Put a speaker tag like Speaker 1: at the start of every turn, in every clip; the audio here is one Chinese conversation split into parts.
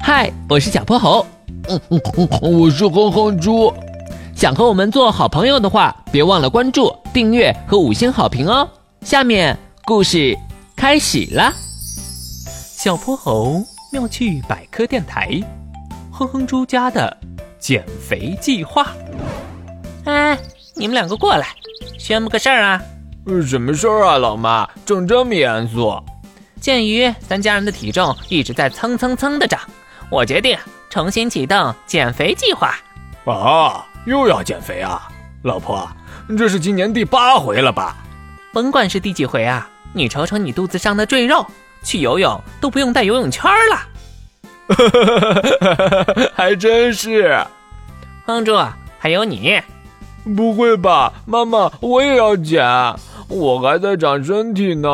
Speaker 1: 嗨，我是小泼猴，
Speaker 2: 嗯嗯嗯，我是哼哼猪。
Speaker 1: 想和我们做好朋友的话，别忘了关注、订阅和五星好评哦。下面故事开始啦！
Speaker 3: 小泼猴妙趣百科电台，哼哼猪家的减肥计划。
Speaker 1: 啊
Speaker 4: 哎，你们两个过来，宣布个事儿啊！
Speaker 2: 什么事儿啊，老妈？整这么严肃？
Speaker 4: 鉴于咱家人的体重一直在蹭蹭蹭的涨，我决定重新启动减肥计划。
Speaker 2: 啊，又要减肥啊？老婆，这是今年第八回了吧？
Speaker 4: 甭管是第几回啊，你瞅瞅你肚子上的赘肉，去游泳都不用带游泳圈了。
Speaker 2: 还真是。
Speaker 4: 哼猪，还有你，
Speaker 2: 不会吧，妈妈，我也要减，我还在长身体呢。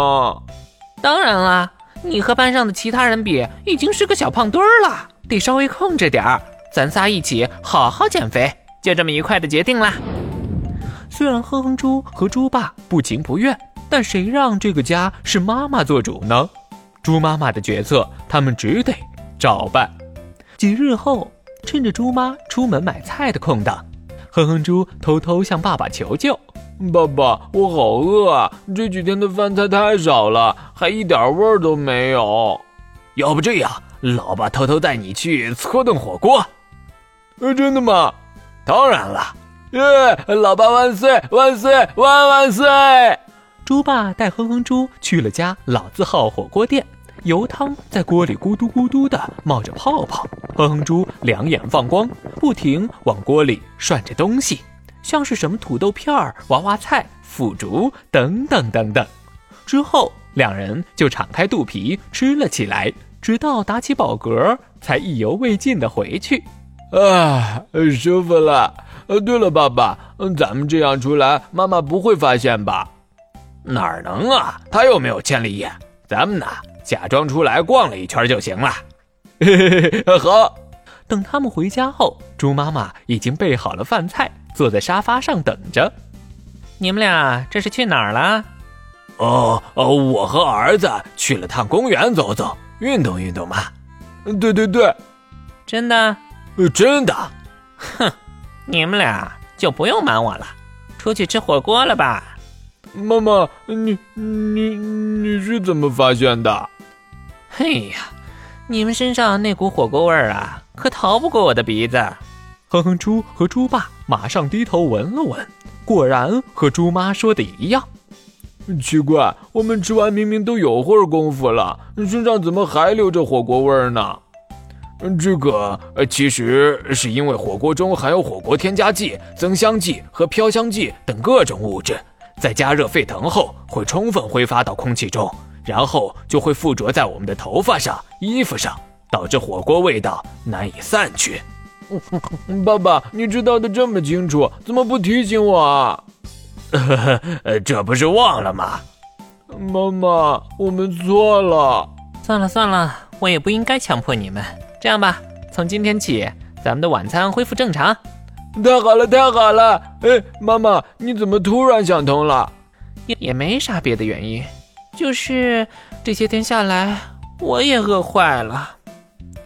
Speaker 4: 当然啦，你和班上的其他人比，已经是个小胖墩儿了，得稍微控制点儿。咱仨一起好好减肥，就这么愉快的决定啦。
Speaker 3: 虽然哼哼猪和猪爸不情不愿，但谁让这个家是妈妈做主呢？猪妈妈的决策，他们只得照办。几日后，趁着猪妈出门买菜的空档，哼哼猪偷偷向爸爸求救。
Speaker 2: 爸爸，我好饿啊！这几天的饭菜太少了，还一点味儿都没有。
Speaker 3: 要不这样，老爸偷偷带你去搓顿火锅。
Speaker 2: 呃，真的吗？
Speaker 3: 当然了，
Speaker 2: 耶！呃老爸万岁万岁万万岁！
Speaker 3: 猪爸带哼哼猪去了家老字号火锅店，油汤在锅里咕嘟咕嘟的冒着泡泡。哼哼猪两眼放光，不停往锅里涮着东西，像是什么土豆片儿、娃娃菜、腐竹等等等等。之后，两人就敞开肚皮吃了起来，直到打起饱嗝，才意犹未尽的回去。
Speaker 2: 啊，舒服了。呃，对了，爸爸，嗯咱们这样出来，妈妈不会发现吧？
Speaker 3: 哪儿能啊？他又没有千里眼，咱们呢，假装出来逛了一圈就行了。
Speaker 2: 好，
Speaker 3: 等他们回家后，猪妈妈已经备好了饭菜，坐在沙发上等着。
Speaker 4: 你们俩这是去哪儿了？
Speaker 3: 哦哦，我和儿子去了趟公园走走，运动运动嘛。
Speaker 2: 对对对，
Speaker 4: 真的？
Speaker 2: 呃真的。
Speaker 4: 你们俩就不用瞒我了，出去吃火锅了吧？
Speaker 2: 妈妈，你你你是怎么发现的？
Speaker 4: 嘿哎呀，你们身上那股火锅味儿啊，可逃不过我的鼻子。
Speaker 3: 哼哼猪和猪爸马上低头闻了闻，果然和猪妈说的一样。
Speaker 2: 奇怪，我们吃完明明都有会儿功夫了，身上怎么还留着火锅味儿呢？嗯这个呃，其实是因为火锅中含有火锅添加剂、增香剂和飘香剂等各种物质，在加热沸腾后会充分挥发到空气中，然后就会附着在我们的头发上、衣服上，导致火锅味道难以散去。爸爸，你知道的这么清楚，怎么不提醒我啊？
Speaker 3: 呃，这不是忘了吗？
Speaker 2: 妈妈，我们错了。
Speaker 4: 算了算了，我也不应该强迫你们。这样吧，从今天起，咱们的晚餐恢复正常。
Speaker 2: 太好了，太好了！哎，妈妈，你怎么突然想通了？
Speaker 4: 也也没啥别的原因，就是这些天下来，我也饿坏了。